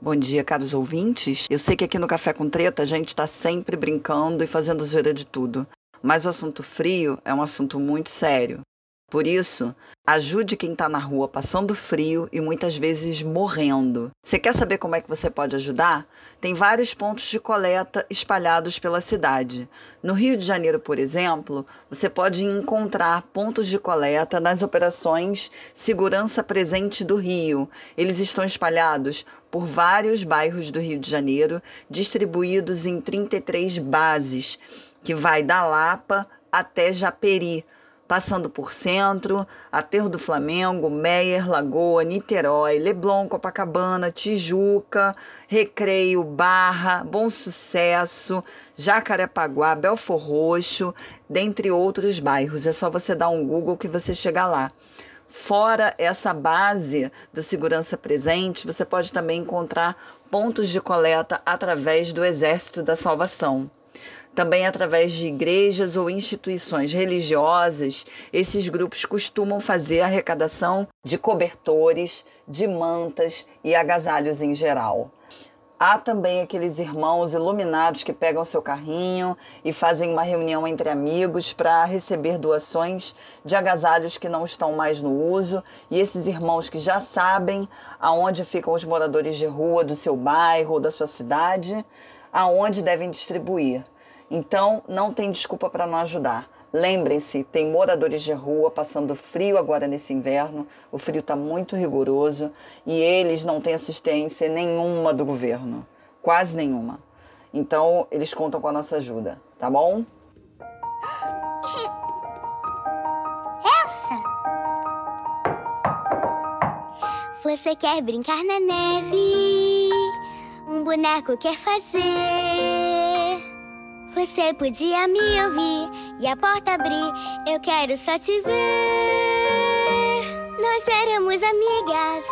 Bom dia, caros ouvintes. Eu sei que aqui no Café com Treta a gente está sempre brincando e fazendo zoeira de tudo, mas o assunto frio é um assunto muito sério. Por isso, ajude quem está na rua passando frio e muitas vezes morrendo. Você quer saber como é que você pode ajudar? Tem vários pontos de coleta espalhados pela cidade. No Rio de Janeiro, por exemplo, você pode encontrar pontos de coleta nas operações Segurança Presente do Rio. Eles estão espalhados por vários bairros do Rio de Janeiro, distribuídos em 33 bases, que vai da Lapa até Japeri passando por Centro, Aterro do Flamengo, Meyer, Lagoa, Niterói, Leblon, Copacabana, Tijuca, Recreio, Barra, Bom Sucesso, Jacarepaguá, Belfor Roxo, dentre outros bairros. É só você dar um Google que você chega lá. Fora essa base do segurança presente, você pode também encontrar pontos de coleta através do Exército da Salvação também através de igrejas ou instituições religiosas, esses grupos costumam fazer arrecadação de cobertores, de mantas e agasalhos em geral. Há também aqueles irmãos iluminados que pegam seu carrinho e fazem uma reunião entre amigos para receber doações de agasalhos que não estão mais no uso. E esses irmãos que já sabem aonde ficam os moradores de rua do seu bairro ou da sua cidade, aonde devem distribuir. Então, não tem desculpa para não ajudar. Lembrem-se, tem moradores de rua passando frio agora nesse inverno. O frio está muito rigoroso e eles não têm assistência nenhuma do governo, quase nenhuma. Então, eles contam com a nossa ajuda, tá bom? Elsa! Você quer brincar na neve? Um boneco quer fazer. Você podia me ouvir e a porta abrir. Eu quero só te ver. Nós éramos amigas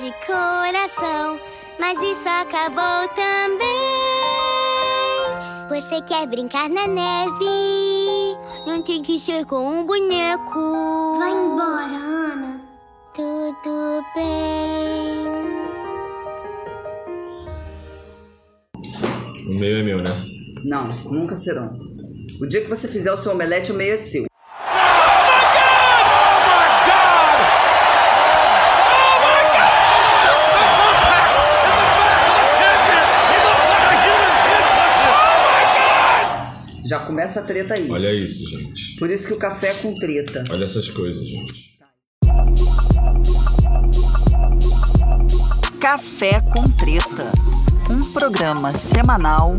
de coração, mas isso acabou também. Você quer brincar na neve? Não tem que ser com um boneco. Vai embora, Ana. Tudo bem. O meu é meu, né? Não, nunca serão. O dia que você fizer o seu omelete, o meio é seu. Já começa a treta aí. Olha isso, gente. Por isso que o café é com treta. Olha essas coisas, gente. Café com Treta, um programa semanal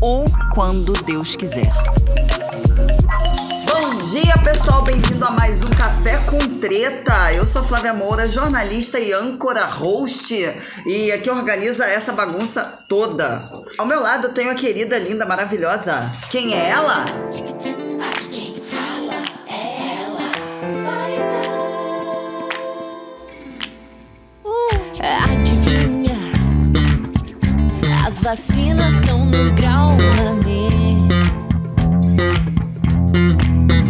ou quando Deus quiser. Bom dia, pessoal, bem-vindo a mais um Café com Treta. Eu sou Flávia Moura, jornalista e âncora host, e aqui organiza essa bagunça toda. Ao meu lado eu tenho a querida, linda, maravilhosa. Quem é ela? É Adivinha, as vacinas estão no grau planê.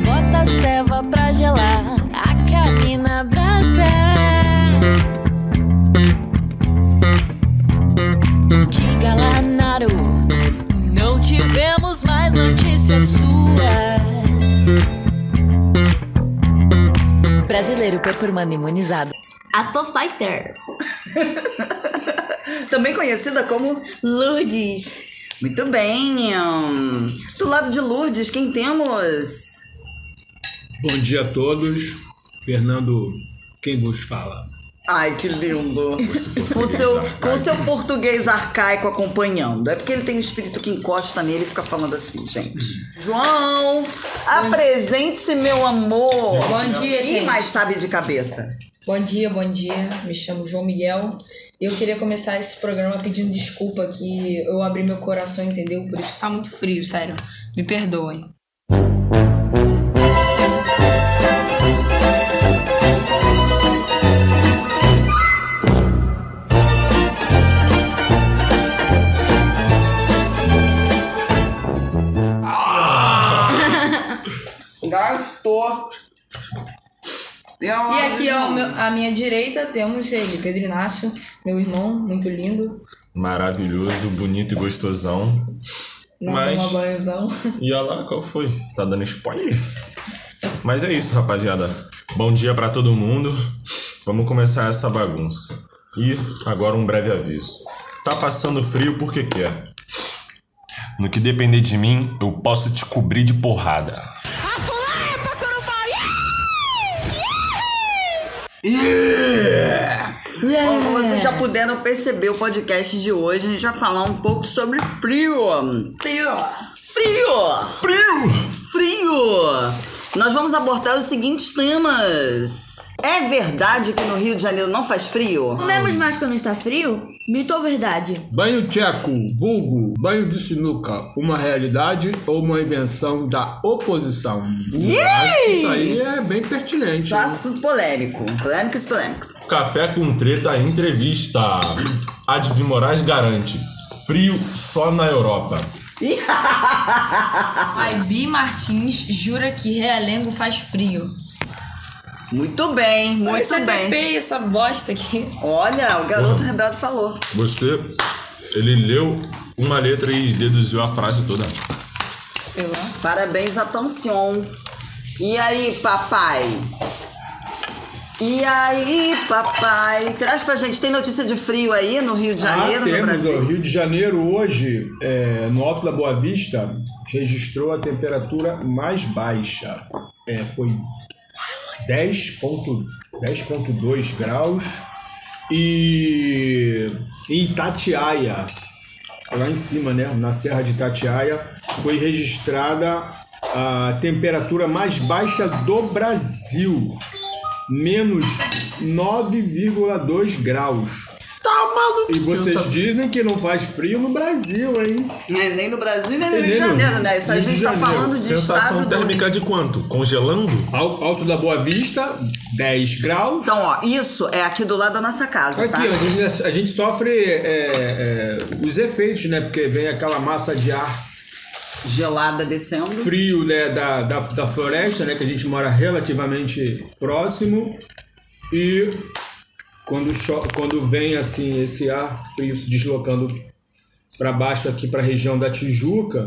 Bota a ceva pra gelar, a carne na brasa. Diga lá, Naru, não tivemos mais notícias suas. Brasileiro performando imunizado. Apo Fighter. Também conhecida como Lourdes. Muito bem. hum. Do lado de Lourdes, quem temos? Bom dia a todos. Fernando, quem vos fala? Ai, que lindo. Com o português seu, com o arcaico. seu português arcaico acompanhando. É porque ele tem um espírito que encosta nele e fica falando assim, gente. João, apresente-se, meu amor. Bom dia, Quem gente. mais sabe de cabeça? Bom dia, bom dia. Me chamo João Miguel. Eu queria começar esse programa pedindo desculpa que eu abri meu coração, entendeu? Por isso que tá muito frio, sério. Me perdoem. Gastou. E aqui ó, meu, à minha direita temos ele, Pedro Inácio, meu irmão, muito lindo. Maravilhoso, bonito e gostosão. Não Mas- toma banhozão. E olha lá, qual foi? Tá dando spoiler? Mas é isso, rapaziada. Bom dia pra todo mundo. Vamos começar essa bagunça. E agora um breve aviso. Tá passando frio porque quer. é? No que depender de mim, eu posso te cobrir de porrada. Como vocês já puderam perceber, o podcast de hoje a gente vai falar um pouco sobre frio. Frio! Frio! Frio! Nós vamos abordar os seguintes temas. É verdade que no Rio de Janeiro não faz frio? Comemos mais quando está frio? Mito ou verdade? Banho tcheco, vulgo, banho de sinuca, uma realidade ou uma invenção da oposição? Eu acho que Isso aí é bem pertinente. Só um assunto polêmico. Polêmicas, polêmicas. Café com treta entrevista. Ad de Moraes garante. Frio só na Europa. Aí Bi Martins jura que Realengo faz frio. Muito bem, muito Você bem. tapei essa bosta aqui. Olha, o garoto rebelde falou. Você, ele leu uma letra e deduziu a frase toda. Sei lá. Parabéns à Tancion. E aí, papai? E aí, papai? Traz pra gente. Tem notícia de frio aí no Rio de Janeiro, ah, no temos, Brasil? ó, Rio de Janeiro hoje, é, no Alto da Boa Vista, registrou a temperatura mais baixa. É, foi 10 ponto- 10,2 graus. E em Itatiaia, lá em cima, né, na Serra de Itatiaia, foi registrada a temperatura mais baixa do Brasil. Menos 9,2 graus. E vocês dizem que não faz frio no Brasil, hein? É, nem no Brasil, nem no Rio de Nem no Janeiro, né? Isso a Rio de gente tá Janeiro. falando de Sensação estado do térmica de quanto? Congelando? É Al- Alto da Boa Vista, 10 graus. Então, ó, isso é aqui do lado da nossa casa, tá? Aqui, a gente, a gente sofre é, é, os efeitos, né? Porque vem aquela massa de ar Gelada descendo. frio né, da, da, da floresta, né? Que a gente mora relativamente próximo. E quando, cho- quando vem assim esse ar frio se deslocando para baixo aqui para a região da Tijuca,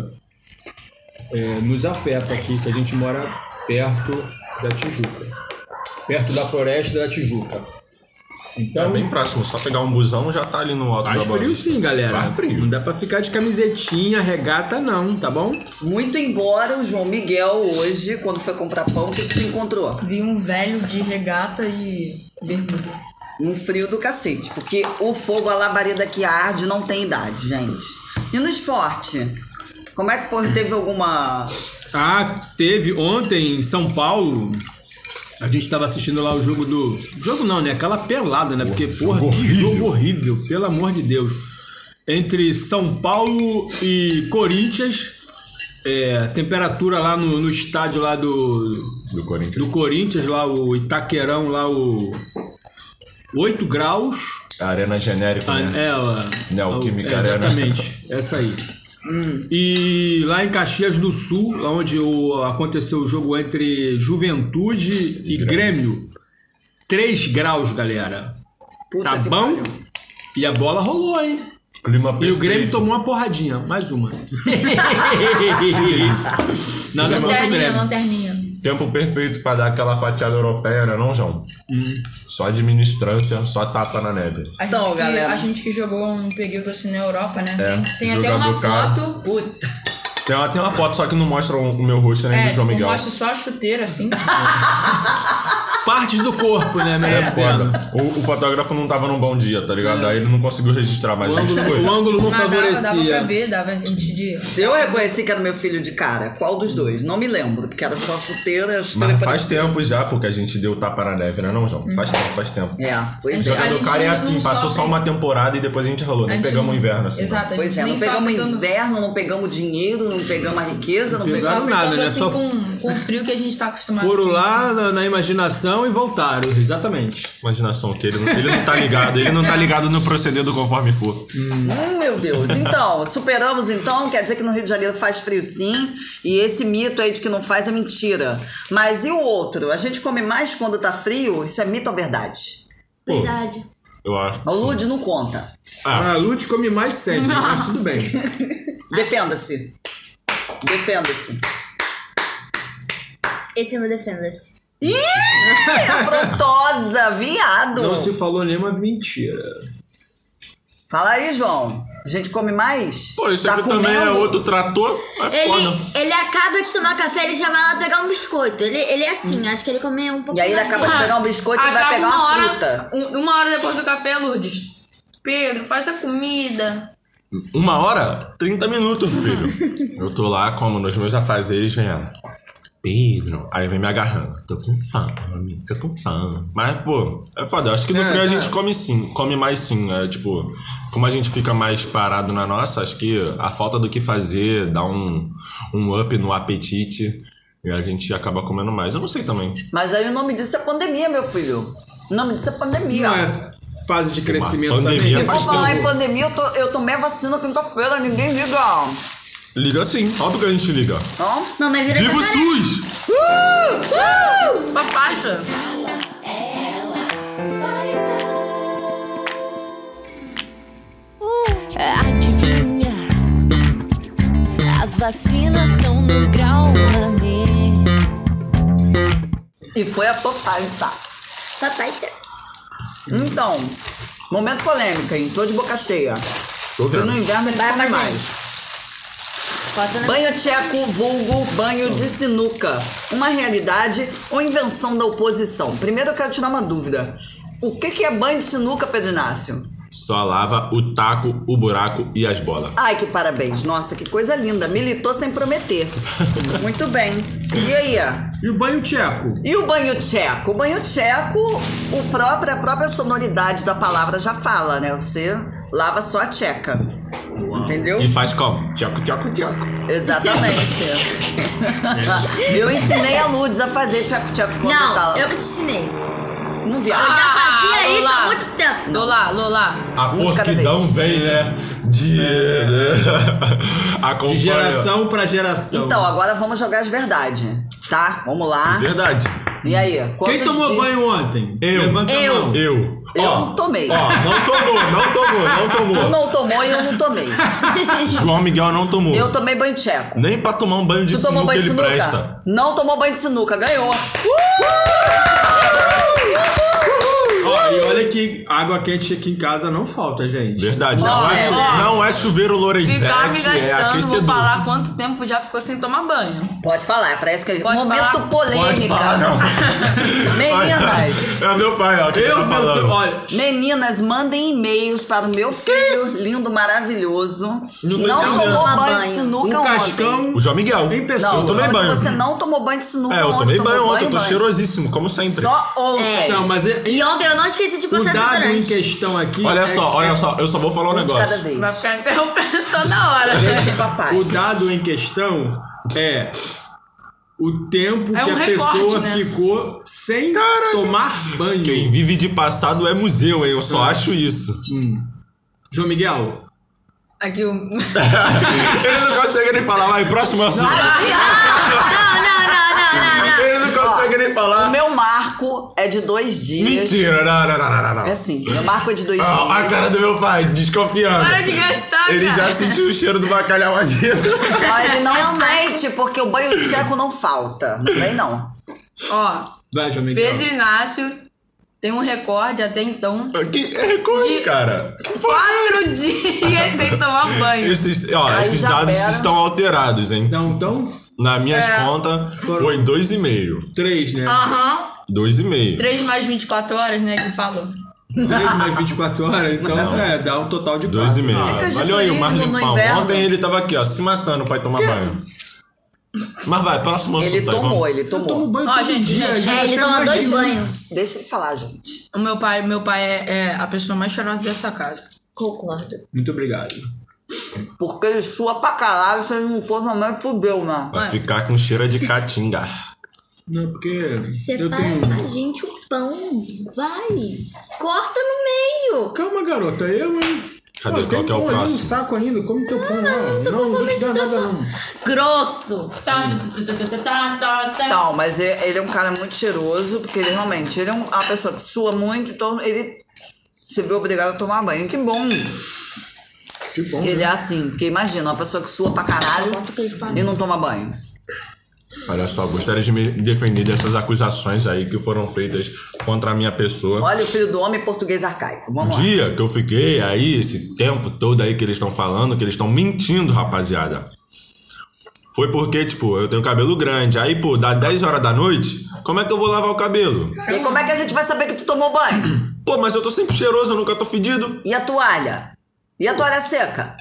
é, nos afeta aqui, que a gente mora perto da Tijuca. Perto da floresta da Tijuca. É Então, Tá bem próximo, só pegar um busão já tá ali no alto faz da Boa frio Vista. sim, galera. Faz frio. Não dá pra ficar de camisetinha, regata, não, tá bom? Muito embora o João Miguel hoje, quando foi comprar pão, o que que tu encontrou? Vi um velho de regata e bermuda. Um frio do cacete. Porque o fogo, a labareda que arde, não tem idade, gente. E no esporte? Como é que porra, teve alguma. Ah, teve ontem em São Paulo. A gente tava assistindo lá o jogo do. Jogo não, né? Aquela pelada, né? Porque, porra, que jogo horrível, pelo amor de Deus. Entre São Paulo e Corinthians. é, temperatura lá no, no estádio lá do. Do Corinthians. Do Corinthians, lá o Itaquerão, lá o. 8 graus. Arena genérica, Ah, né? É, a, Neoquímica é, Arena. Exatamente, essa aí. Hum, E lá em Caxias do Sul, lá onde o- aconteceu o jogo entre Juventude e, Grêmio. 3 graus, galera. Puta tá que bom? pariu. E a bola rolou, hein? Clima E perfeito. o Grêmio tomou uma porradinha, mais uma. Nada contra o Lanterninha, Grêmio. lanterninha. Tempo perfeito pra dar aquela fatiada europeia, né não, João? Só administrância, só tapa na neve. A Então, gente, que- galera. A gente que jogou um período assim na Europa, né? É, Tem- tem até uma jogador caro. foto. Puta. Tem uma, tem uma foto, só que não mostra o o meu rosto nem É, do João tipo, Miguel. mostra só a chuteira, assim. Partes do corpo, né, melhor É dizendo. foda. O, o fotógrafo não tava num bom dia, tá ligado? Aí ele não conseguiu registrar mais. O gente. ângulo, Foi. o ângulo não Mas dava, dava pra favorecia. ver, dava a gente de. Eu reconheci que era meu filho de cara. Qual dos dois? Não me lembro, porque era só a chuteira, a chuteira Mas faz parecia- tempo já, porque a gente deu tapa na neve, né não, João? Faz tempo, faz tempo. É, pois Uhum. A é. gente- Jogador cara é não assim, passou sofre- só uma temporada e depois a gente ralou. a Nem gente pegamos o não- inverno assim. Exato, a gente Pois é, nem tá não pegamos sofre tanto, inverno, não pegamos dinheiro, não pegamos a riqueza, não Pegaram é pegamos. sofre nada, tanto né? assim Só- com, com o frio que a gente tá acostumado. Foram com lá na, na imaginação imaginação e voltaram, exatamente. Imaginação que ele, ele não tá ligado, ele não tá ligado no proceder do conforme for. Hum, meu Deus. Então, superamos então, quer dizer que no Rio de Janeiro faz frio sim, e esse mito aí de que não faz é mentira. Mas e o outro? A gente come mais quando tá frio? Isso é mito ou verdade? Pô. Verdade. Eu acho. É. O Lud não conta. Tá Ah, a Lud come mais sempre, mas tudo bem. Defenda-se. Defenda-se. Esse é ano defenda-se. Ih, afrontosa, viado. Não se falou nenhuma mentira. Fala aí, João. A gente come mais? Tá Pô, isso aqui também é outro trator. É Ele, foda. ele acaba de tomar café, ele já vai lá pegar um biscoito. Ele, ele é assim, acho que ele come um pouco E aí ele mais acaba de que- pegar um biscoito e vai Acaba pegar uma uma hora. fruta. Um- uma hora depois do café, Lourdes. Pedro, faz a comida. Uma hora? 30 minutos, filho. eu tô lá, como nos meus afazeres, vem ela. Pedro. Aí vem me agarrando. Tô com fome, tô com fome. Mas, pô, é foda. Eu Acho que no É, frio a é. gente come sim, come mais sim. É, tipo, como a gente fica mais parado na nossa, acho que a falta do que fazer dá um, um up no apetite. E a gente acaba comendo mais. Eu não sei também. Mas aí o nome disso é pandemia, meu filho. O nome disso é pandemia. Não é fase de crescimento Uma pandemia também. E por faz falar tempo. em pandemia, eu, tô, eu tomei a vacina quinta-feira, ninguém liga. Liga sim, óbvio que a gente liga. Não? Não, mas vira Viva o jacaré. SUS! Uh! Uh! Papai. É Adivinha, as vacinas estão no grau mané. E foi a Popaiza. Papaica. Então, momento polêmica, hein? Tô de boca cheia. Tô E no vendo. inverno ele Vai come pra mais. Bota na Banho tcheco, vulgo, banho de sinuca. Uma realidade ou invenção da oposição? Primeiro eu quero tirar uma dúvida. O que, que é banho de sinuca, Pedro Inácio? Só lava o taco, o buraco e as bolas. Ai, que parabéns. Nossa, que coisa linda. Militou sem prometer. Muito bem. E aí? ó? E o banho tcheco? E o banho tcheco? O banho tcheco, o próprio, a própria sonoridade da palavra já fala, né? Você lava só a tcheca. Entendeu? E faz como? Tchaco, tchaco, tchaco. Exatamente. eu ensinei a Ludes a fazer tchaco-tchaco quando Não, tá eu que te ensinei. Eu no viado. Ah, já fazia isso há Olá. muito tempo. Lolá, Lolá. A Um de cada orquidão vez. É. vem, né? De. De acompanha- é. geração pra geração. Então, agora vamos jogar as verdades, tá? Vamos lá. Verdade. E aí? Quem quantos tomou dias- banho ontem? Eu. Levanta a mão. Eu. Eu ó, não tomei. Ó, não tomou, não tomou, não Tu tomou. não tomou e eu não tomei. João Miguel não tomou. Eu tomei banho tcheco. Nem pra tomar um banho de Tu tomou sinuca banho de ele sinuca? presta. Uh! Não tomou banho de sinuca, ganhou. Ó, e olha que água quente aqui em casa não falta, gente. Verdade, não, Ó, é, é, chu- ó. não é chuveiro Lorenzetti, Ficar me é gastando, aquecedor. vou falar quanto tempo já ficou sem tomar banho. Pode falar, parece que é Pode momento falar? Pode polêmica. falar, não. Meninas, É meu pai, ó, que Eu, tá meu falando. Deus, olha. meninas, mandem e-mails para o meu filho lindo, maravilhoso. Não, entendendo. tomou Tomar banho, de banho. Um sinuca ontem. cascão. O João Miguel. Em pessoa. Não, eu tomei falando que banho. Você não tomou banho de sinuca É, eu ontem. tomei tomou banho ontem, eu tô Então, banho. cheirosíssimo, como sempre. Só ontem. Não, mas é- E ontem eu não esqueci de o é passar dado em desodorante. questão aqui. Olha é- só, olha só, eu só vou falar um Um de cada negócio. vez. Vai ficar interrompendo toda hora. Deixa o papai. O dado em questão é o tempo É que um a recorte, pessoa né? ficou sem tomar banho. Quem vive de passado é museu, hein? Eu só acho isso. João Miguel, Aqui um. o. Ele não consegue nem falar, vai, próximo Não, assunto. não, não, não, não, não. Ele não consegue nem O falar. meu marco é de dois dias. Mentira, não, não, não, não, não. É assim, meu marco é de dois Ó, a dias. cara do meu pai, desconfiando. Para de gastar, Ele cara. já sentiu o cheiro do bacalhau agido. Não, ele não É um o marco. sente, porque o banho tcheco não falta. Não vem, não. Ó, vai, João Miguel. Pedro Inácio tem um recorde até então. que recorde, De- cara. Que porra é Quatro dias sem tomar banho. Esses, ó, Aí esses já dados pera. É. estão alterados, hein? Então, então, Na minhas contas, foi 2,5. três, né? Ah. Aham. 2,5. 3 mais 24 horas, né? Que falou. Três mais 24 horas, então é, dá um total de Dois e Tá. quatro. meio. Dicas de Valeu aí o turismo Marlon no Pão. inverno. Ontem ele tava aqui, ó, se matando pra ir tomar banho. Mas vai, próximo assunto Ele aí, tá, vamos. tomou, ele Eu tomo tomou. Então, um banho Ó, todo gente, dia, gente, já É, ele chega toma mais dois de- banhos. Deixa ele falar, gente. O meu pai, meu pai é, é a pessoa mais cheirosa dessa casa. Concordo. Muito obrigado. Porque ele sua pra caralho, se ele não for, sua mãe fudeu, né? Vai ficar com cheiro de caatinga. Não, porque eu Separa tenho. pra gente o pão. Vai. Corta no meio. Calma, garota. Eu, hein? Cadê? Pô, Qual tem que é pão o ali no próximo? saco ainda. Come teu Ah, pão lá. Não, não vou te dar nada, não. Grosso. Tá, tá, tá, tá, tá, tá, tá. Tal, mas e- ele é um cara muito cheiroso, porque ele realmente ele é um- uma pessoa que sua muito, então ele se vê obrigado a tomar banho. Que bom! Que bom. Ele é assim, porque imagina, uma pessoa que sua pra caralho e não toma banho. Olha só, gostaria de me defender dessas acusações aí que foram feitas contra a minha pessoa. Olha o filho do homem português arcaico. Um Vamos lá. dia que eu fiquei aí, esse tempo todo aí que eles estão falando, que eles estão mentindo, rapaziada. Foi porque, tipo, eu tenho cabelo grande. Aí, pô, dá 10 horas da noite, como é que eu vou lavar o cabelo? E como é que a gente vai saber que tu tomou banho? Pô, mas eu tô sempre cheiroso, eu nunca tô fedido. E a toalha? E a toalha seca?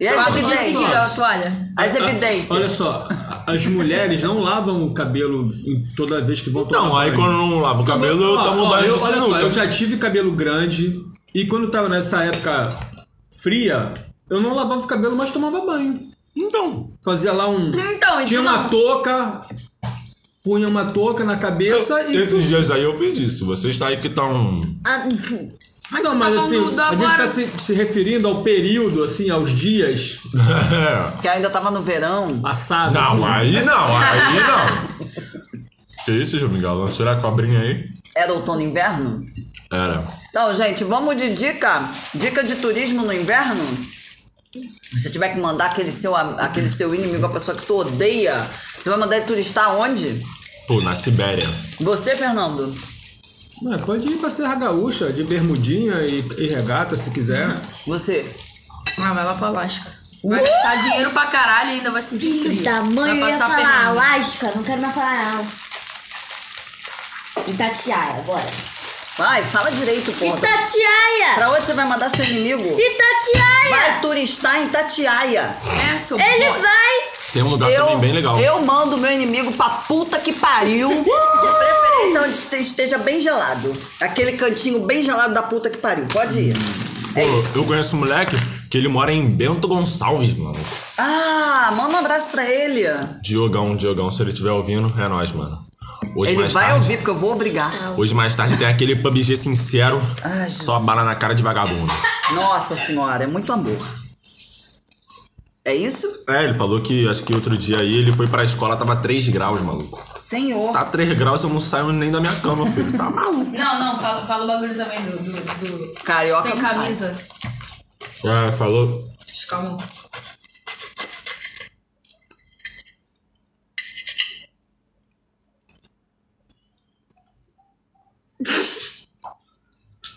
E as Quatro dias seguidos a evidências? toalha. As Ah, evidências. Olha só, a- as mulheres não lavam o cabelo em- toda vez que vão tomar Então, aí banho. quando eu não lavo o cabelo, eu Ó, tomo ó, banho eu- de Olha só, sinuca. eu já tive cabelo grande e quando tava nessa época fria, eu não lavava o cabelo, mas tomava banho. Então, Fazia lá um... Então, Tinha então uma não. touca, punha uma touca na cabeça e... esses dias aí eu fiz isso. Vocês tá aí que estão. Ah, Mas Não, você mas tá assim, falando do a gente agora. tá se, se referindo ao período, assim, aos dias Que ainda tava no verão. passados. assim. não, aí não, aí não. Que isso, João Miguel? Vamos tirar a cobrinha aí? Era outono e inverno? Era. Então, gente, vamos de dica. Dica de turismo no inverno? Se tiver que mandar aquele seu, am- aquele seu inimigo, a pessoa que tu odeia, você vai mandar ele turistar onde? Pô, na Sibéria. Você, Fernando? Ué, pode ir pra Serra Gaúcha, de bermudinha e, e regata, se quiser. Você. Ah, vai lá pra Alaska. Uh! Vai gastar dinheiro pra caralho e ainda vai sentir frio. Então, Tamanho eu vai ia passar falar perrengue. Alaska, não quero mais falar não. Itatiaia, bora. Vai, fala direito, porra. Itatiaia! Pra onde você vai mandar seu inimigo? Itatiaia! Vai turistar em Tatiaia. É, seu Ele bosta. vai! Tem um lugar também bem legal. eu mando meu inimigo pra puta que pariu. de preferência onde te- esteja bem gelado. Aquele cantinho bem gelado da puta que pariu. Pode ir. Pô, eu conheço um moleque que ele mora em Bento Gonçalves, mano. Ah, manda um abraço pra ele. Diogão, Diogão, se ele estiver ouvindo, é nóis, mano. Hoje ele mais vai tarde. ouvir, porque eu vou obrigar. Hoje mais tarde tem aquele PUBG sincero. Ai, Jesus. só bala na cara de vagabundo. Nossa senhora, é muito amor. É isso? É, ele falou que acho que outro dia aí ele foi pra escola, tava 3 graus, maluco. Senhor. Tá 3 graus, eu não saio nem da minha cama, filho. Tá maluco. Não, não, fala, fala o bagulho também do. do, do- Carioca Sem não sai. camisa. é É, falou. Calma.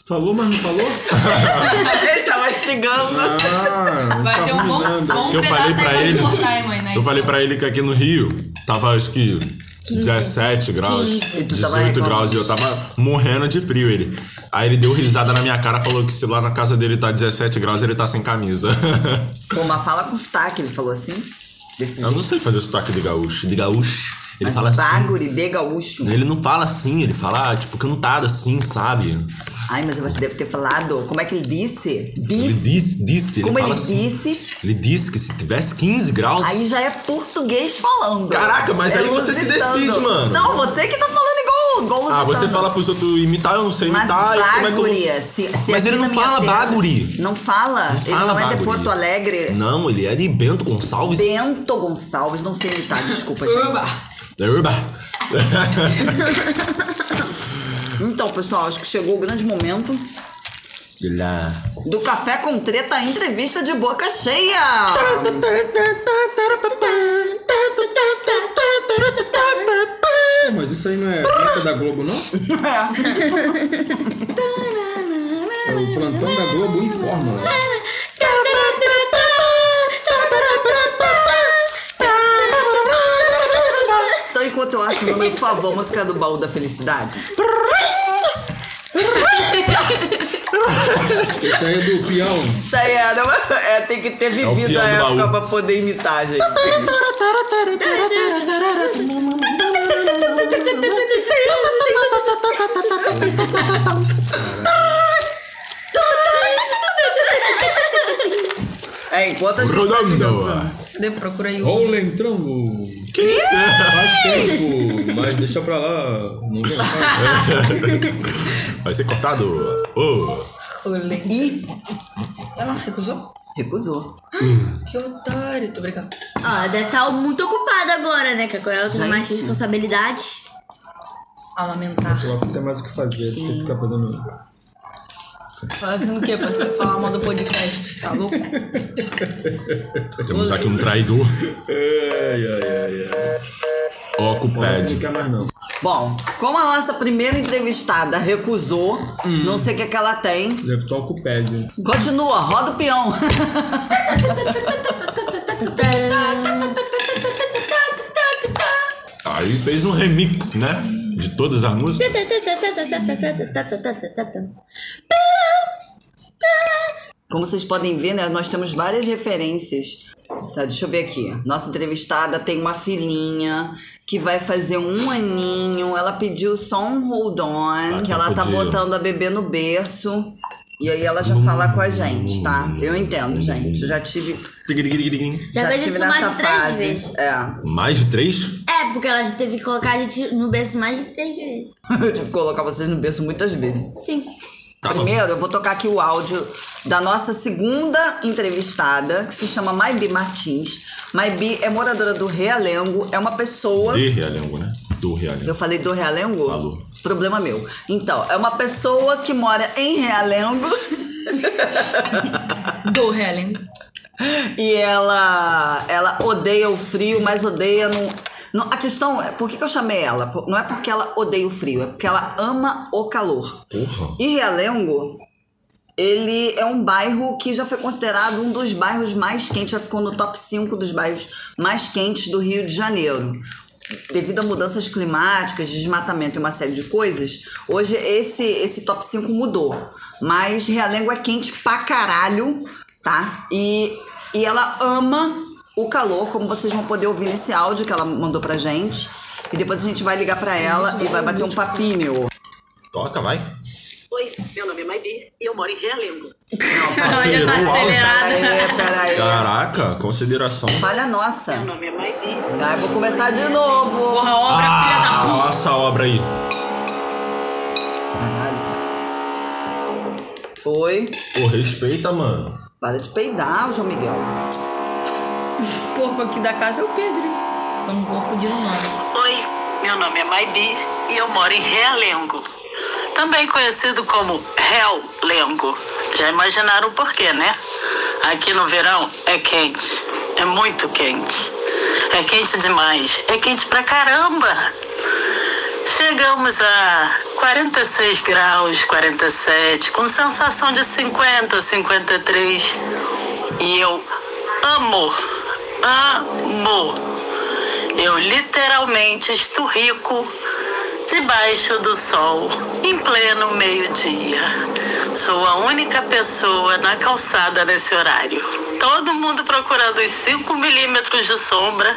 Falou, mas não falou? ele tá mastigando. Ah, Vai tá ter um bom, arruinando. bom Que né, eu falei pedaço aí pra pra ele. te cortar, hein, mãe, né? Eu falei pra ele que aqui no Rio tava acho que 17 graus, E tu tava 18 reclamando. graus e eu tava morrendo de frio ele. Aí ele deu risada na minha cara, falou que se lá na casa dele tá 17 graus, ele tá sem camisa. Pô, mas fala com sotaque, ele falou assim. Desse eu jeito. não sei fazer sotaque de gaúcho, de gaúcho. Ele Mas fala assim. baguri de gaúcho. Ele não fala assim, ele fala tipo cantado assim, sabe? Ai, mas você deve ter falado. Como é que ele disse? Ele Disse. disse, disse, ele Como fala ele assim. disse, Ele disse que se tivesse 15 graus, aí já é português falando. Caraca, mas aí você se lusitano. decide, mano. Não, você que tá falando igual, igual ah, lusitano. você fala pros outros imitar, eu não sei Mas imitar, e como é que eu vou- baguri, se, se Mas aqui ele na não minha fala terra- baguri. Não fala. ele fala não é de baguri. Porto Alegre. Não, ele é de Bento Gonçalves. Bento Gonçalves, não sei imitar, desculpa, Uba. gente. Urba. Então, pessoal, acho que chegou o grande momento Lá. do Café com Treta entrevista de boca cheia. Pô, Mas isso aí não é planta da Globo, não? É o plantão da Globo informa. Então, enquanto eu acho, manda, por favor, a música do baú da felicidade. Isso aí é do peão. Isso aí era uma- é, tem que ter o vivido peão a do época baú. pra poder imitar, gente. É, enquanto a gente. É, Rodando. Dê, procura aí Oh! o. Rolling Trambo. Que isso? Faz tempo, mas deixa pra lá. Não vou Vai ser cortado. Ô, E. Ela recusou? Recusou. Que otário, tô brincando. Ó, ela deve estar muito ocupada agora, né? Que agora ela tem mais Gente. responsabilidades. A lamentar. Coloca não tem mais o que fazer, tem que ficar fazendo. Fazendo o quê? Pra você falar mal do podcast? Tá louco? temos aqui um traidor. Ai, ai, ai, ai. Ocuped. quer mais não. Bom, como a nossa primeira entrevistada recusou, Hum. não sei o que, que ela tem. Deve estar ocuped. Continua, roda o peão. Tá. Aí fez um remix, né? De todas as músicas. Como vocês podem ver, né, nós temos várias referências. Tá, deixa eu ver aqui. Nossa entrevistada tem uma filhinha que vai fazer um aninho. Ela pediu só um hold on, que ela tá podia. botando a bebê no berço. E aí ela já fala com a gente, tá? Eu entendo, gente. Eu já tive. Já fez tive isso mais nessa de três fase. vezes. É. Mais de três? É, porque ela já teve que colocar a gente no berço mais de três vezes. Eu tive que colocar vocês no berço muitas vezes. Sim. Tá Primeiro, eu vou tocar aqui o áudio da nossa segunda entrevistada, que se chama Maybi Martins. Maybi é moradora do Realengo, é uma pessoa. De Realengo, né? Do Realengo. Eu falei do Realengo? Falou. Problema meu. Então, é uma pessoa que mora em Realengo. do Realengo. E ela, ela odeia o frio, mas odeia no. no- a questão é, por que, que eu chamei ela? Por- Não é porque ela odeia o frio, é porque ela ama o calor. Porra. E Realengo, ele é um bairro que já foi considerado um dos bairros mais quentes, já ficou no top 5 dos bairros mais quentes do Rio de Janeiro. Devido a mudanças climáticas, desmatamento e uma série de coisas, hoje esse, esse top 5 mudou. Mas Realengo é quente pra caralho, tá? E, e ela ama o calor, como vocês vão poder ouvir nesse áudio que ela mandou pra gente. E depois a gente vai ligar pra ela e vai bater um papinho. Toca, vai. Oi, meu nome é Maibi e eu moro em Realengo. Acelerou tá o áudio. Peraí, peraí. Caraca, consideração. Falha nossa. Meu nome é Maidi. Ah, eu vou começar de novo. Porra, obra, Ah, olha essa obra aí. Foi. Pô, respeita, mano. Para de peidar, João Miguel. Porco aqui da casa é o Pedro, hein? Estamos confundindo o nome. Oi, meu nome é Maibi e eu moro em Realengo. Também conhecido como Realengo. Já imaginaram o porquê, né? Aqui no verão é quente. É muito quente. É quente demais. É quente pra caramba. Chegamos a 46 graus, 47, com sensação de 50, 53. E eu amo, amo. Eu literalmente esturrico debaixo do sol, em pleno meio-dia. Sou a única pessoa na calçada nesse horário. Todo mundo procurando os 5 milímetros de sombra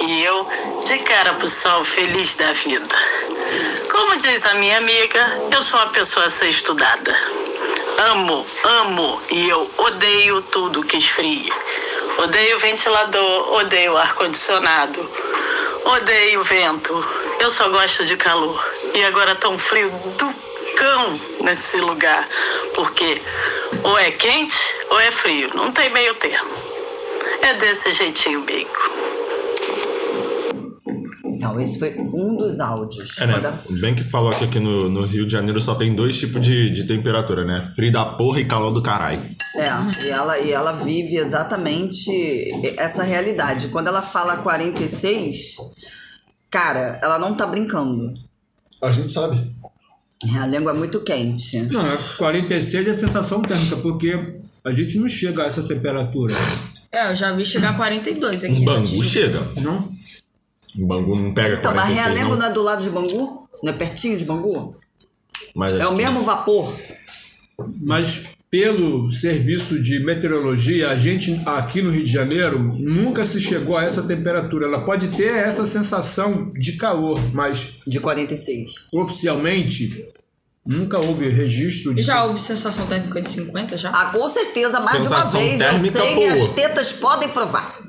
e eu de cara pro sol, feliz da vida. Como diz a minha amiga, eu sou uma pessoa a ser estudada. Amo, amo e eu odeio tudo que esfria. Odeio ventilador, odeio ar-condicionado, odeio vento. Eu só gosto de calor. E agora tá um frio do cão nesse lugar, porque ou é quente ou é frio, não tem meio termo. É desse jeitinho bem. Então, esse foi um dos áudios. É, né? Bem que falou aqui, que no, no Rio de Janeiro só tem dois tipos de, de temperatura, né? Frio da porra e calor do caralho. É, e ela, e ela vive exatamente essa realidade. Quando ela fala 46, cara, ela não tá brincando. A gente sabe. A língua é muito quente. Não, é 46 é a sensação térmica, porque a gente não chega a essa temperatura. É, eu já vi chegar a 42 aqui. Em né, Um Bangu Tijuca. chega. Não? Em Bangu não pega Então, mas 46, Realengo não. não é do lado de Bangu? Não é pertinho de Bangu? Mas assim, É acho o que- mesmo vapor. Mas pelo serviço de meteorologia, a gente aqui no Rio de Janeiro nunca se chegou a essa temperatura. Ela pode ter essa sensação de calor, mas de 46. Oficialmente nunca houve registro de Já houve sensação térmica de 50 já? Ah, com certeza, mais de uma Sensação vez. Eu térmica sei e boa. as tetas podem provar.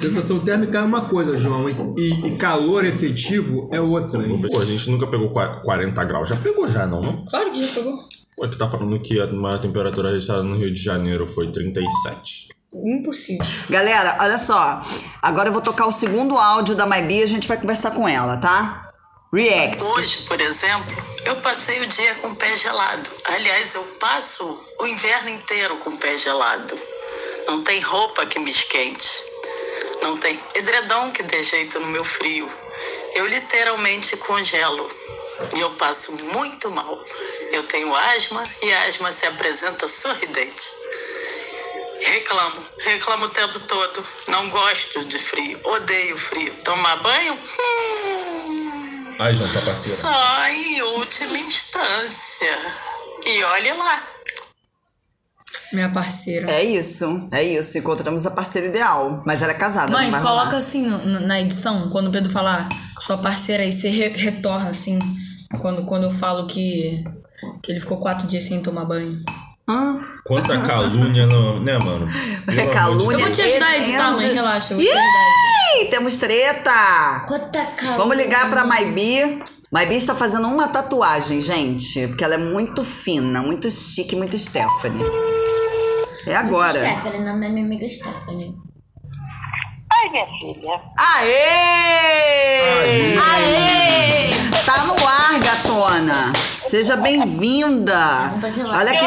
Sensação térmica é uma coisa, João, e, e calor efetivo é outra. hein? Pô, a gente nunca pegou qua- 40 graus. Já pegou já, não, não? Claro que já pegou. Pô, é que tá falando que a maior temperatura registrada no Rio de Janeiro foi 37. Impossível. Galera, olha só. Agora eu vou tocar o segundo áudio da Maybi e a gente vai conversar com ela, tá? React. Hoje, por exemplo, eu passei o dia com o pé gelado. Aliás, eu passo o inverno inteiro com o pé gelado. Não tem roupa que me esquente. Não tem edredom que dê jeito no meu frio. Eu literalmente congelo. E eu passo muito mal. Eu tenho asma e a asma se apresenta sorridente. Reclamo, reclamo o tempo todo. Não gosto de frio, odeio frio. Tomar banho? Hum. Ai, João, tá parceiro. Só em última instância. E olhe lá. Minha parceira. É isso, é isso. Encontramos a parceira ideal. Mas ela é casada, Mãe, não vai coloca rolar. assim no- no- na edição, quando o Pedro falar sua parceira, aí você re- retorna assim. Quando, quando eu falo que, que ele ficou quatro dias sem tomar banho. Quanta calúnia, não, né, mano? Pelo amor É de calúnia. Eu Deus. vou te ajudar a editar, mãe, relaxa, eu vou te Ih, temos treta! Quanta calma. Vamos ligar pra Maybi. Maybi está fazendo uma tatuagem, gente. Porque ela é muito fina, muito chique, muito Stephanie. É agora. Stephanie, não é minha amiga Stephanie. Ai, minha filha. Aê! Aê! Tá no ar, gatona! Seja bem-vinda! Olha que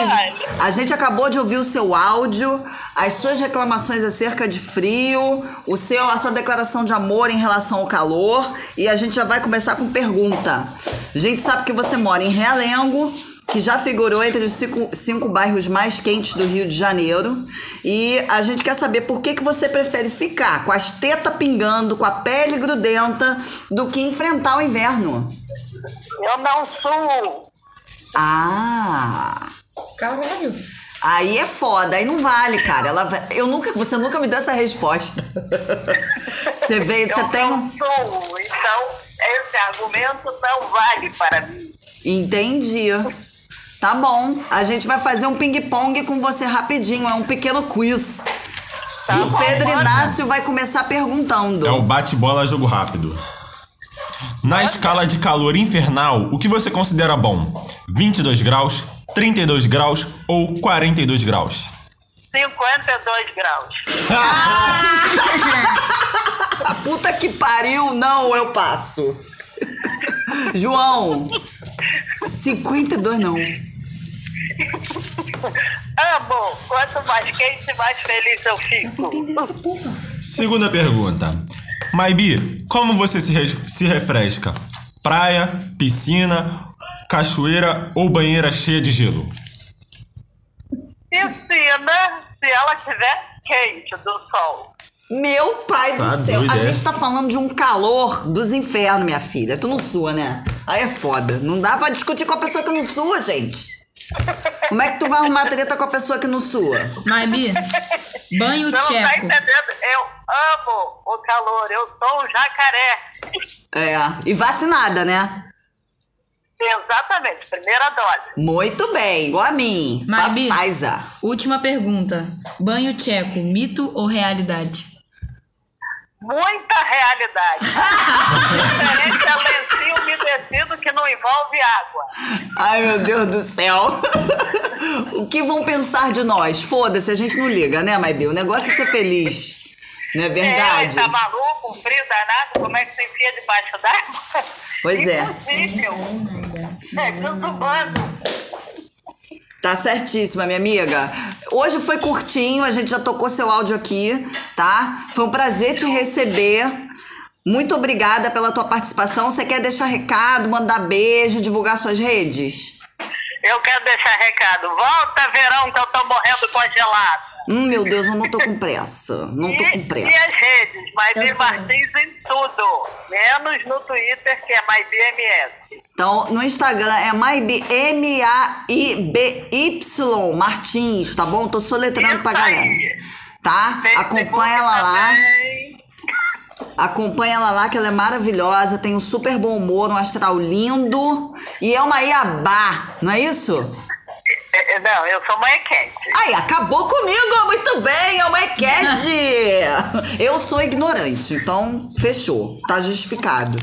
a gente acabou de ouvir o seu áudio, as suas reclamações acerca de frio, o seu, a sua declaração de amor em relação ao calor e a gente já vai começar com pergunta. A gente sabe que você mora em Realengo, que já figurou entre os cinco, cinco bairros mais quentes do Rio de Janeiro. E a gente quer saber por que, que você prefere ficar com as tetas pingando, com a pele grudenta, do que enfrentar o inverno. Eu não sou. Ah! Caralho! Aí é foda, aí não vale, cara. Ela, vai- eu nunca, você nunca me deu essa resposta. Você veio, você tem. um- Sou. Então, esse argumento não vale para mim. Entendi. Tá bom. A gente vai fazer um ping-pong com você rapidinho. É um pequeno quiz. e o Tá bom. Pedro Bora. Inácio vai começar perguntando. É o bate-bola jogo rápido. Na escala de calor infernal, o que você considera bom? 22 graus, 32 graus ou 42 graus? 52 graus. Puta que pariu, não, eu passo. João, 52 não. Amo. Quanto mais quente, mais feliz eu fico. Segunda pergunta. Maibi, como você se, re- se refresca? Praia, piscina, cachoeira ou banheira cheia de gelo? Piscina, se ela estiver quente do sol. Meu pai Tá do céu, doido, a é? gente tá falando de um calor dos infernos, minha filha. Tu não sua, né? Aí é foda. Não dá pra discutir com a pessoa que não sua, gente. Como é que tu vai arrumar treta com a pessoa que não sua? Maibi, banho Não tá tcheco. entendendo? Eu amo o calor. Eu sou um jacaré. É. E vacinada, né? Exatamente. Primeira dose. Muito bem, igual a mim. Maibi, Paisa. última pergunta. Banho tcheco, mito ou realidade? Muita realidade. Diferente é lencinho umedecido que não envolve água. Ai, meu Deus do céu. o que vão pensar de nós? Foda-se, a gente não liga, né, Maibi? O negócio é ser feliz. Não é verdade? É, tá maluco, um frio danado, como é que se enfia debaixo d'água? Pois é. Impossível. É desumano. Tá certíssima, minha amiga. Hoje foi curtinho, a gente já tocou seu áudio aqui, tá? Foi um prazer te receber. Muito obrigada pela tua participação. Você quer deixar recado, mandar beijo, divulgar suas redes? Eu quero deixar recado. Volta, verão, que eu tô morrendo congelado. Hum, meu Deus, eu não tô com pressa. Não tô com E as pressa. redes, Maybi Martins em tudo. Menos no Twitter, que é MyBMS. Então, no Instagram é Maibi, M-A-I-B-Y Martins, tá bom? Tô soletrando pra galera. Tá? Acompanha ela lá. Acompanha ela lá, que ela é maravilhosa, tem um super bom humor, um astral lindo. E é uma Iabá, não é isso? É, é, Não, eu sou mãe quente. Aí, acabou comigo! Muito bem, é uma Equete! Eu sou ignorante, então fechou. Tá justificado.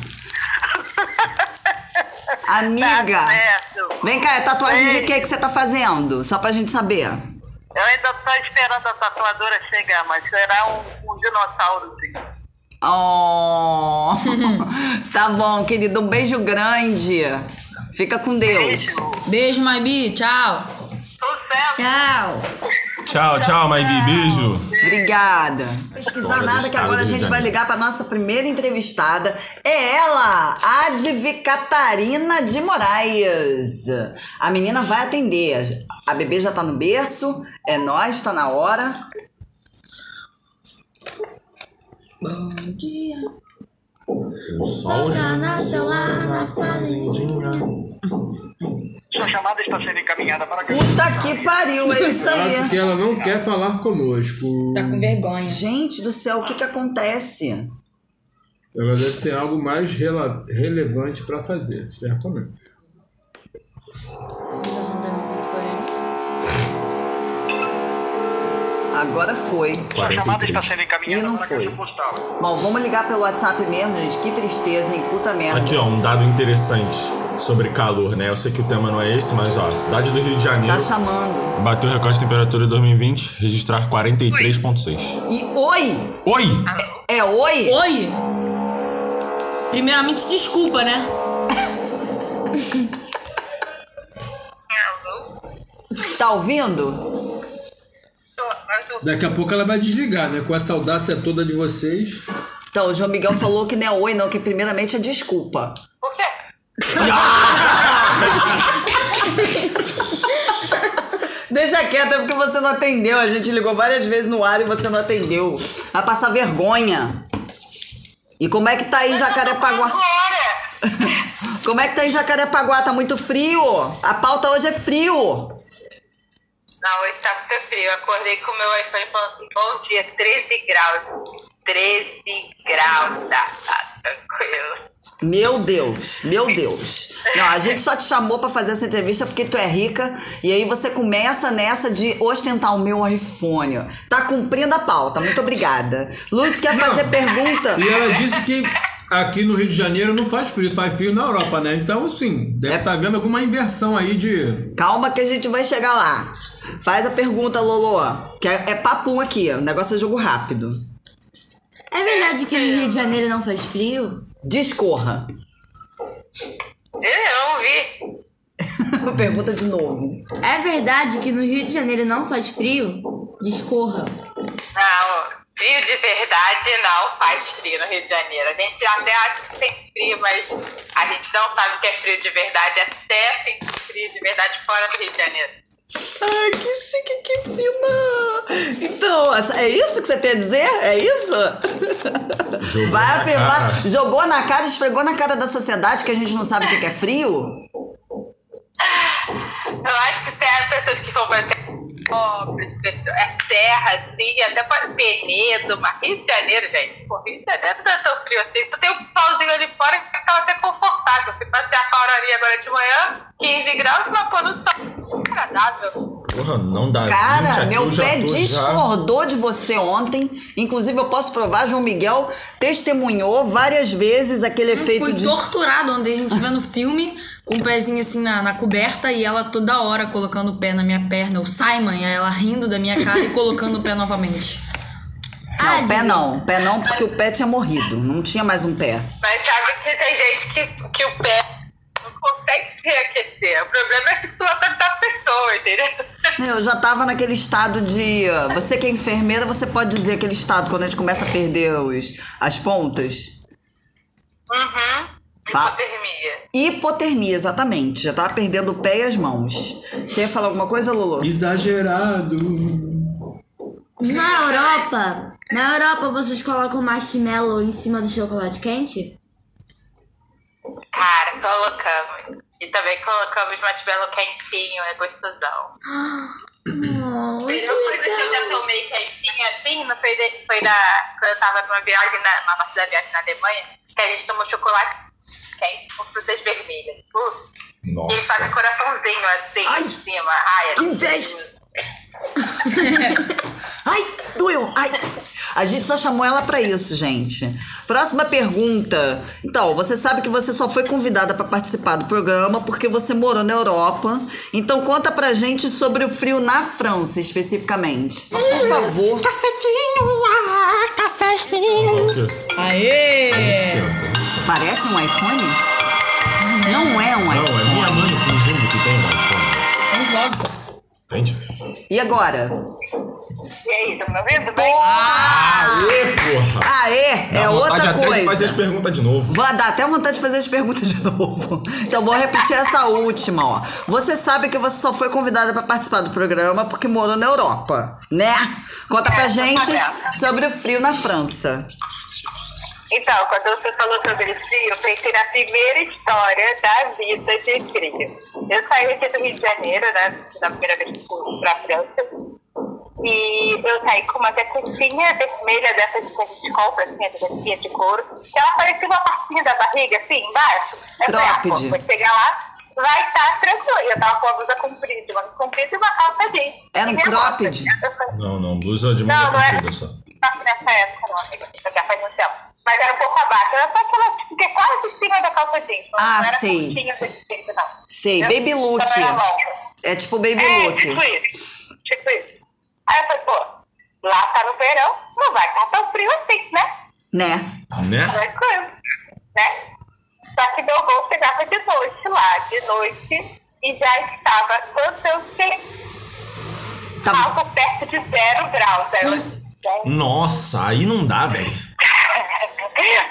Amiga, Tá Tá vem cá, é tatuagem de que que você tá fazendo? Só pra gente saber. Eu ainda tô esperando a tatuadora chegar, mas será um, um dinossaurozinho. Oh, tá bom, querido. Um beijo grande. Fica com Deus. Beijo, Maibi. Tchau. Tchau. Tchau, tchau, Maibi. Beijo. Obrigada. Pesquisar Fora do nada que estado agora a do Rio de gente vai Janeiro. ligar para nossa primeira entrevistada. É ela, a de Catarina de Moraes. A menina vai atender. A bebê já tá no berço. É nós, tá na hora. Bom dia. O sol já nasceu lá na fazendinha. Sua chamada está sendo encaminhada para Puta que pariu, é isso Ah, aí. Porque ela não quer falar conosco. Tá vergonha. Gente do céu, o que que acontece? Ela deve ter algo mais rela- relevante pra fazer, certamente. Agora foi. Sua chamada está sendo E encaminhada não para foi. caixa postal. Bom, vamos ligar pelo WhatsApp mesmo, gente. Que tristeza, hein? Puta merda. Aqui, ó, um dado interessante sobre calor, né? Eu sei que o tema não é esse, mas, ó, a cidade do Rio de Janeiro Tá chamando. bateu o recorde de temperatura em 2020, registrar 43,6. E oi! Oi! É oi? Oi! Primeiramente, desculpa, né? Tá ouvindo? Daqui a pouco ela vai desligar, né? Com essa audácia toda de vocês. Então, o João Miguel falou que não é oi, não, que primeiramente é desculpa. Deixa quieta porque você não atendeu. A gente ligou várias vezes no ar e você não atendeu. Vai passar vergonha. E como é que tá aí em Jacarepaguá? como é que tá aí em Jacarepaguá? Tá muito frio. A pauta hoje é frio. Não, hoje tá super frio. Eu acordei com o meu iPhone falando assim, bom dia, 13 graus. 13 graus, tá, tá tranquilo. Meu Deus, meu Deus. Não, a gente só te chamou pra fazer essa entrevista porque tu é rica e aí você começa nessa de ostentar o meu iPhone. Tá cumprindo a pauta, muito obrigada. Lute quer fazer pergunta? E ela disse que aqui no Rio de Janeiro não faz frio, faz frio na Europa, né? Então, sim, deve estar vendo alguma inversão aí de. Calma que a gente vai chegar lá. Faz a pergunta, Lolo. Que é, é papum aqui, o negócio é jogo rápido. É verdade que no Rio de Janeiro não faz frio? Discorra. Eu não vi. pergunta de novo. É verdade que no Rio de Janeiro não faz frio? Discorra. Não, frio de verdade não faz frio no Rio de Janeiro. A gente até acha que tem frio, mas a gente não sabe o que é frio de verdade. Até tem frio de verdade fora do Rio de Janeiro. Ai, que chique, que fina! Então, essa- é isso que você tem a dizer? É isso? Jogou Vai na afirmar, cara. jogou na cara, esfregou na cara da sociedade que a gente não sabe o que que é frio? Eu acho que tem as pessoas que vão para pobres, pessoas- é terra, assim, até pode ter medo, mas Rio de Janeiro, gente, pô, Rio de Janeiro não é tão frio assim, tu tem um solzinho ali fora que fica até confortável. Você passear com a Aurorinha agora de manhã, 15 graus, mas pô, no sol, é agradável. Porra, não dá. Cara, 20 É, aqui, meu eu já pé tô já- discordou de você ontem. Inclusive, eu posso provar, João Miguel testemunhou várias vezes aquele efeito Fui de. torturado ontem, a gente vendo um filme com o pezinho assim na, na coberta e ela toda hora colocando o pé na minha perna, o Simon, e ela rindo da minha cara e colocando o pé novamente. Não, pé não. Pé não, porque o pé tinha morrido. Não tinha mais um pé. Mas sabe que tem gente que, que o pé não consegue se aquecer. O problema é a situação da pessoa, entendeu? Eu já tava naquele estado de. uh, Você que é enfermeira, você pode dizer aquele estado quando a gente começa a perder os, as pontas? Uhum. Fa- Hipotermia. Hipotermia, exatamente. Já tava perdendo o pé e as mãos. Você ia falar alguma coisa, Lulu? Exagerado. Na Europa, na Europa vocês colocam marshmallow em cima do chocolate quente? Cara, colocamos. E também colocamos marshmallow quentinho, é gostosão. Não, Foi uma coisa que eu já tomei quentinha assim, não foi, de- foi da, quando eu tava numa viagem, na, na nossa viagem na Alemanha, que a gente tomou chocolate quente com frutas vermelhas. Uh, E ele tá faz um coraçãozinho assim em cima. Ai, é Que inveja! Ai, doeu! Ai! A gente só chamou ela pra isso, gente. Próxima pergunta. Então, você sabe que você só foi convidada pra participar do programa porque você morou na Europa. Então, conta pra gente sobre o frio na França, especificamente. Por favor. Cafezinho, ah, um cafezinho. Aê! Parece um iPhone? Ah, Não é um Não, iPhone. é minha mãe fingindo que tem um iPhone. Tem logo. Entende? E agora? E aí, tá me ouvindo bem? Aê, porra! Aê, Dá é vontade outra até de coisa. fazer as perguntas de novo. Vou dar até vontade de fazer as perguntas de novo. Então vou repetir essa última, ó. Você sabe que você só foi convidada pra participar do programa porque morou na Europa, né? Conta É, pra gente sobre o frio na França. Então, quando você falou sobre frio, eu pensei na primeira história da vida de frio. Eu saí aqui do Rio de Janeiro, né? Na primeira vez que fui pra França. E eu saí com uma jaquetinha vermelha dessas que a gente compra, assim, a jaquetinha de couro. Que ela parecia uma partinha da barriga, assim, embaixo. Eu falei, ah, pô, Trópide. vou chegar lá, vai estar tranquilo. Eu tava com uma blusa comprida, uma comprida e uma calça jeans. Era um E remoto, cropped? né? Eu falei, Não, não, blusa de Não, manga não é. comprida só. Não, nessa época não, amiga, isso já faz muito tempo. Mas era um pouco abaixo, era só aquela tipo, que é quase em cima da calça jeans. Não Ah, era sei. curtinha, desse jeito, não. Sei, Entendeu? baby look. Então era longa. É tipo baby é, look. tipo isso, tipo isso. Aí eu falei, pô, lá tá no verão, não vai estar tão frio assim, né? Né? Tranquilo, né? Só que meu voo chegava de noite lá, de noite, e já estava, quando eu cheguei, Tá algo perto de zero graus. Aí eu, Hum. Nossa, aí não dá, velho.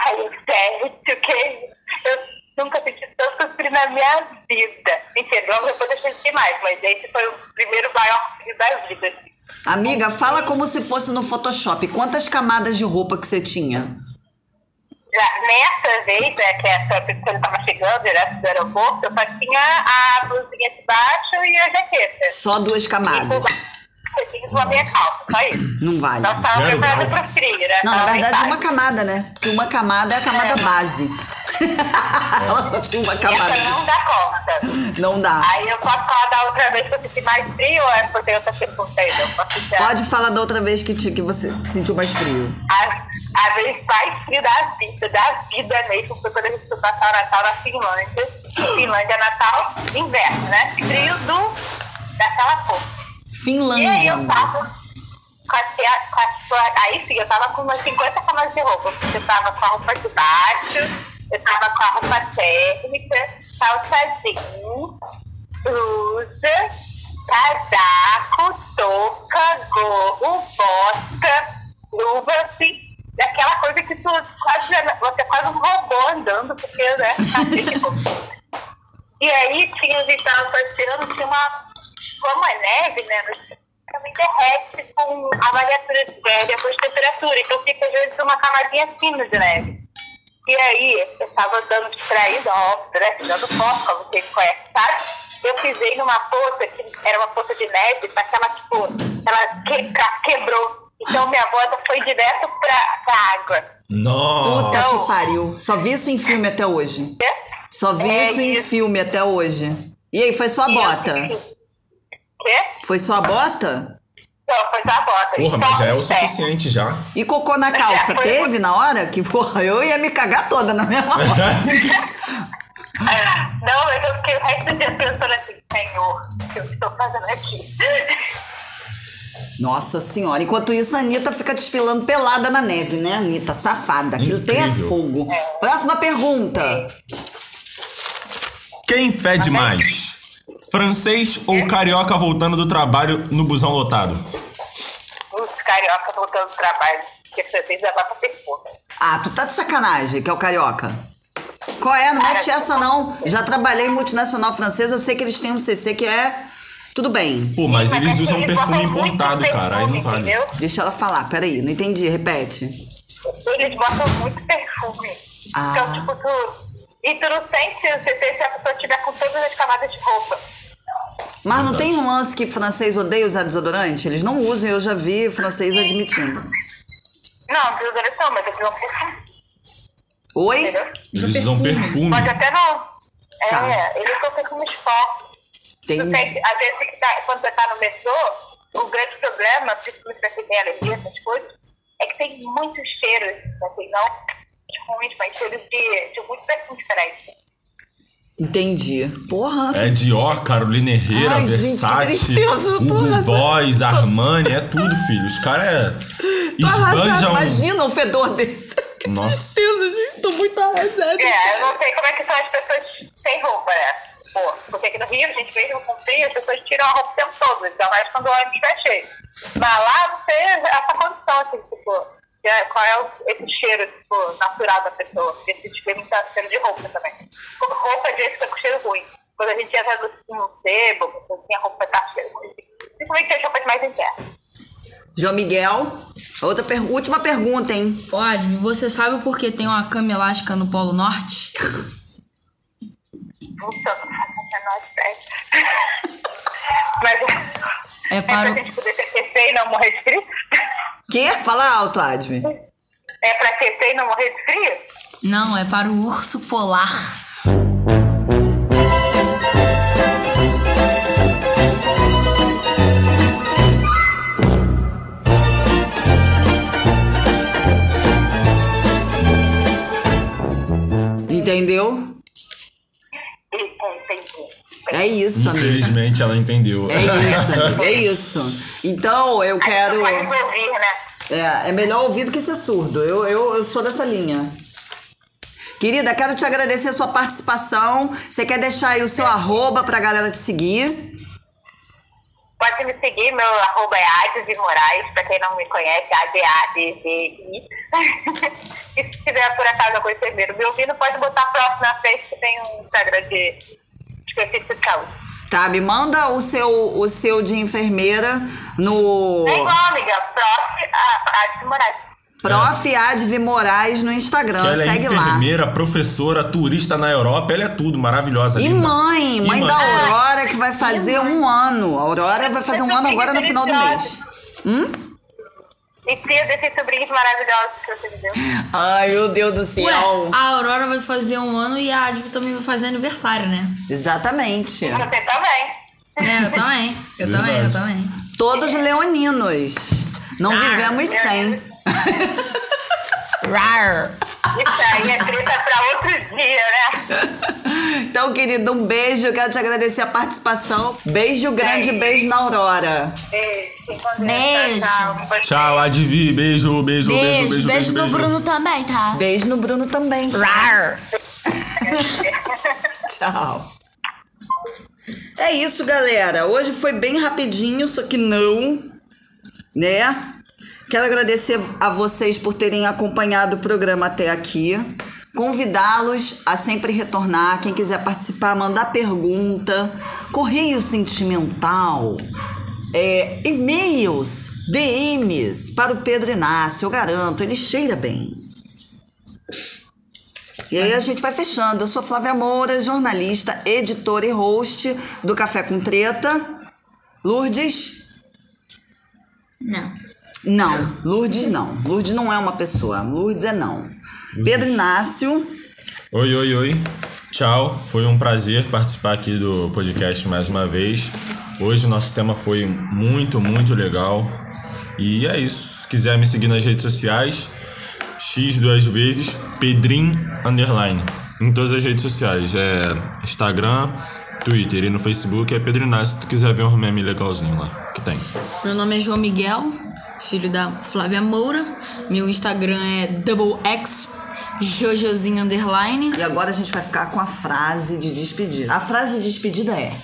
Aí eu, gente, o que é isso? Eu nunca senti tanto frio na minha vida. Mentira, logo depois eu senti mais, mas esse foi o primeiro maior frio da vida. assim. Amiga, fala como se fosse no Photoshop. Quantas camadas de roupa que você tinha? Já nessa vez, né, que essa, quando eu tava chegando direto do aeroporto, eu só tinha a blusinha de baixo e a jaqueta. Só duas camadas. Eu tinha uma meia calça, só isso. Não vale. Não tava Zero preparada grau. pro frio, né? Não, na Tava bem verdade, baixa. uma camada, né? Porque uma camada é a camada base. Ela só tinha uma camada. Essa não dá conta. Não dá. Aí eu posso falar da outra vez que eu senti mais frio ou é porque eu tô perguntando? Eu posso já- Pode falar da outra vez que, te- que você sentiu mais frio. A, a vez mais frio da vida, da vida mesmo, foi quando a gente foi passar o Natal na Finlândia. Finlândia, Natal, inverno, né? Frio do, daquela cor. E aí Finlândia. eu tava com a, tia- com a sua- Aí sim, eu tava com umas 50 camas de roupa. Porque eu tava com a roupa de baixo, eu tava com a roupa térmica, calça jeans, blusa, casaco, touca, gorro, bota, luva, assim. Daquela coisa que tu quase, você é quase um robô andando, porque, né? tá tipo, e aí tinha gente tava passeando, tinha uma. Como é neve, né? Também derrete com a variatura de neve, a temperatura. Então fica às vezes uma camadinha fina de neve. E aí, eu tava andando distraída, óbvio, né? Tirando foto, como vocês conhecem, sabe? Eu pisei numa poça que era uma poça de neve, mas ela, tipo, ela que- ca- quebrou. Então minha bota foi direto pra, pra água. Nossa. Puta que pariu. Só vi isso em filme até hoje. Só vi É isso em filme até hoje. E aí, foi sua E eu bota? Quê? Foi sua bota? Não, foi sua bota. Então, Porra, mas já é o suficiente já. E cocô na calça, teve na hora? Que porra, eu ia me cagar toda na mesma hora. Não, eu fiquei o resto do dia pensando assim, senhor, o que eu estou fazendo aqui? Nossa senhora. Enquanto isso, a Anitta fica desfilando pelada na neve, né, Anitta? Safada. Aquilo tem é Incrível. fogo. Próxima É. pergunta. Quem fede mais? Francês ou carioca voltando do trabalho no busão lotado? Os carioca voltando do trabalho, porque vocês já vão ter fogo. Ah, tu tá de sacanagem, que é o carioca. Qual é? Não mete essa, não. Já trabalhei em multinacional francesa, eu sei que eles têm um CC que é. Tudo bem. Pô, mas Sim, mas assim, eles é que usam eles perfume botam muito importado, cara, aí não perfume, vale. entendeu? Deixa ela falar, peraí, não entendi, repete. Eles botam muito perfume. Ah. Então, tipo, tu. E tu não sente você sente se a pessoa tiver com todas as camadas de roupa. Mas não tem um lance que francês odeia usar desodorante? Eles não usam, eu já vi francês admitindo. Não, desodorante não, mas eles usam perfume. Oi? Eles usam perfume. Pode até não. É, Tá. eles usam perfume forte. Tu tem que- às vezes, tem que tá, quando você tá no metrô, o grande problema, principalmente pra quem tem alergia, essas coisas, é que tem muitos cheiros, assim, não ruins, mas cheiros de, de muitos perfumes diferentes. Entendi. Porra. É Dior, Carolina Herrera, Ai, gente, que Versace, tristeza, eu tô Hugo arrasando. Boss, Armani, é tudo, filho. Os caras é... Tô arrasado, esbanjam... imagina um fedor desse. Nossa. Deus, gente, tô muito arrasada. É, eu não sei como é que são as pessoas sem roupa, né? Pô, porque aqui no Rio, a gente mesmo com frio, as pessoas tiram a roupa o tempo todo, ainda mais quando o ônibus tá cheio. Mas lá você essa condição, assim, tipo, é, qual é o, esse cheiro, tipo, natural da pessoa. Porque esse cheiro tá cheiro de roupa também. Com roupa de fica com cheiro ruim. Quando a gente entra no, no sebo, assim, a roupa tá cheiro ruim. Principalmente as roupas mais internas. João Miguel, outra per- última pergunta, hein? Pode, você sabe por que tem uma cama elástica no Polo Norte? Puta, não faço a menor ideia. é, Mas É para a gente poder se aquecer e não morrer de frio? Quê? Fala alto, Admi. É pra aquecer e não morrer de frio? Não, é para o urso polar. Entendeu? É isso, amigo. Infelizmente ela entendeu. É isso, amigo, é isso. Então, eu quero. né? É, é melhor ouvir do que ser surdo. Eu, eu, eu sou dessa linha. Querida, quero te agradecer a sua participação. Você quer deixar aí o seu arroba pra galera te seguir? Pode me seguir, meu arroba é Ades de Moraes, pra quem não me conhece, A-D-A-D-D-I. e se tiver por acaso algum enfermeiro me ouvindo, pode botar próximo na frente que tem um Instagram de específico de saúde. Tá, me manda o seu, o seu de enfermeira no. É igual, amiga, prof. a- Ades de Moraes. Prof. Advi Moraes no Instagram. É. Que ela é Segue lá. enfermeira, professora, turista na Europa, ela é tudo, maravilhosa. E linda. mãe, E mãe da Aurora, que vai fazer um ano. A Aurora vai fazer um ano agora no final do mês. Hum? E tia desses sobrinhos maravilhosos que você me deu. Hum. Ai, meu Deus do Ué, céu. a Aurora vai fazer um ano e a Advi também vai fazer aniversário, né? Exatamente. Você também. É, eu também. Eu também, eu Verdade. também. Todos leoninos. Não vivemos sem. Isso aí é treta pra outro dia, né? Então, querido, um beijo. Eu quero te agradecer a participação. Beijo grande, beijo na Aurora. Beijo. Tchau, Adivi. Beijo, beijo, beijo, beijo, beijo. beijo. também, tá? Beijo no Bruno também. Tchau. É isso, galera. Hoje foi bem rapidinho, só que não, né? Quero agradecer a vocês por terem acompanhado o programa até aqui. Convidá-los a sempre retornar. Quem quiser participar, mandar pergunta. Correio sentimental. é, e-mails, DMs para o Pedro Inácio, eu garanto, ele cheira bem. E aí a gente vai fechando. Eu sou Flávia Moura, jornalista, editora e host do Café com Treta. Lourdes? Não. Não, Lourdes não. Lourdes não é uma pessoa. Lourdes é não. Pedro Inácio. Oi, oi, oi. Tchau. Foi um prazer participar aqui do podcast mais uma vez. Hoje o nosso tema foi muito, muito legal. E é isso. Se quiser me seguir nas redes sociais, x duas vezes, pedrim underline. Em todas as redes sociais. É Instagram, Twitter e no Facebook é Pedro Inácio. Se tu quiser ver um meme legalzinho lá, que tem. Meu nome é João Miguel, filho da Flávia Moura. Meu Instagram é doublex jojozinho underline. E agora a gente vai ficar com a frase de despedida. A frase de despedida é...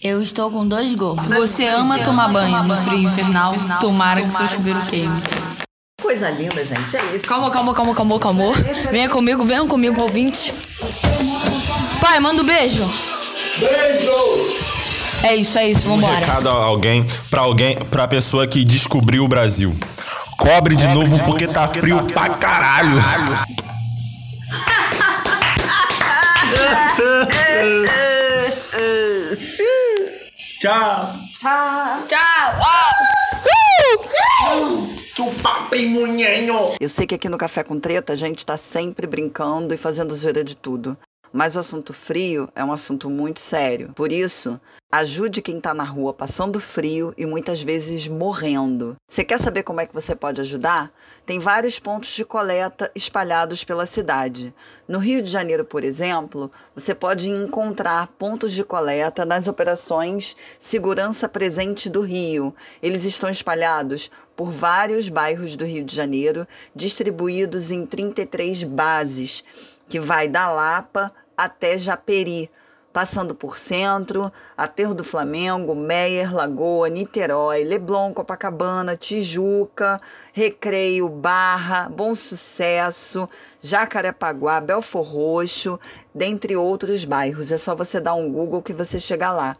Eu estou com dois gols. Você Você ama ama tomar tomar banho no banho, frio infernal, tomara que seu tomara chuveiro que queime. Coisa linda, gente. É isso. Calma, calma, calma, calma, calma. Venha comigo, venham comigo, ouvinte. Pai, manda um beijo. Beijo! É isso, é isso, Um vambora. recado a alguém, pra alguém, pra pessoa que descobriu o Brasil. Cobre de novo porque tá frio pra caralho. Tchau. Tchau. Tchau. Chupa Eu sei que aqui no Café com Treta a gente tá sempre brincando e fazendo zoeira de tudo. Mas o assunto frio é um assunto muito sério. Por isso, ajude quem está na rua passando frio e muitas vezes morrendo. Você quer saber como é que você pode ajudar? Tem vários pontos de coleta espalhados pela cidade. No Rio de Janeiro, por exemplo, você pode encontrar pontos de coleta nas operações Segurança Presente do Rio. Eles estão espalhados por vários bairros do Rio de Janeiro, distribuídos em 33 bases, que vai da Lapa até Japeri, passando por Centro, Aterro do Flamengo, Meier, Lagoa, Niterói, Leblon, Copacabana, Tijuca, Recreio, Barra, Bom Sucesso, Jacarepaguá, Belfor Roxo, dentre outros bairros. É só você dar um Google que você chega lá.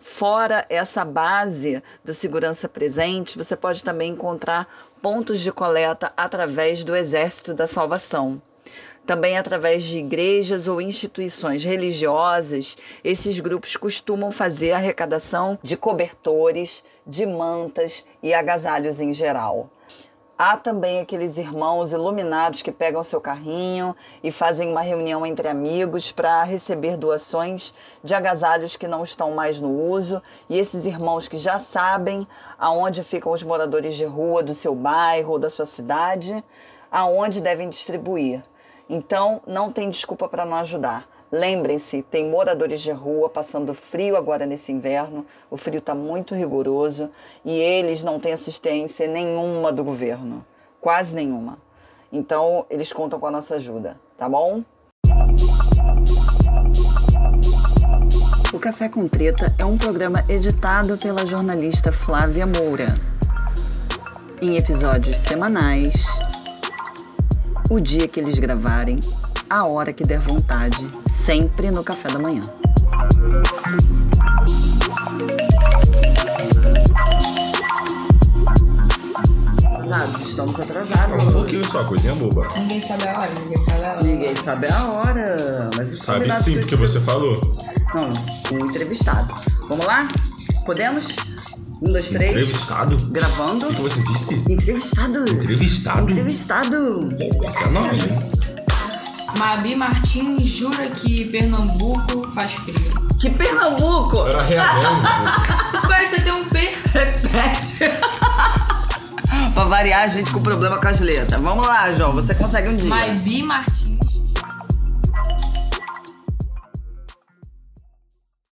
Fora essa base do segurança presente, você pode também encontrar pontos de coleta através do Exército da Salvação. Também através de igrejas ou instituições religiosas, esses grupos costumam fazer arrecadação de cobertores, de mantas e agasalhos em geral. Há também aqueles irmãos iluminados que pegam seu carrinho e fazem uma reunião entre amigos para receber doações de agasalhos que não estão mais no uso. E esses irmãos que já sabem aonde ficam os moradores de rua do seu bairro ou da sua cidade, aonde devem distribuir. Então, não tem desculpa para não ajudar. Lembrem-se, tem moradores de rua passando frio agora nesse inverno. O frio está muito rigoroso e eles não têm assistência nenhuma do governo, quase nenhuma. Então, eles contam com a nossa ajuda, tá bom? O Café com Treta é um programa editado pela jornalista Flávia Moura. Em episódios semanais, o dia que eles gravarem, a hora que der vontade, sempre no café da manhã. Atrasados, estamos atrasados. Um pouquinho só, coisinha boba. Ninguém sabe a hora, ninguém sabe a hora. Ninguém sabe a hora, mas os Sabe convidados sim, que eu porque você escrevi- falou. Não, um entrevistado. Vamos lá? Podemos? Um, dois, três. Entrevistado? Gravando. O que que você disse? Entrevistado. Entrevistado? Entrevistado. Essa é nova, hein? Mabi Martins jura que Pernambuco faz frio. Que Pernambuco? Era Realengo. Espero que você tenha um P. Repete. pra variar, a gente com problema com as letras. Vamos lá, João. Você consegue um dia. Mabi Martins.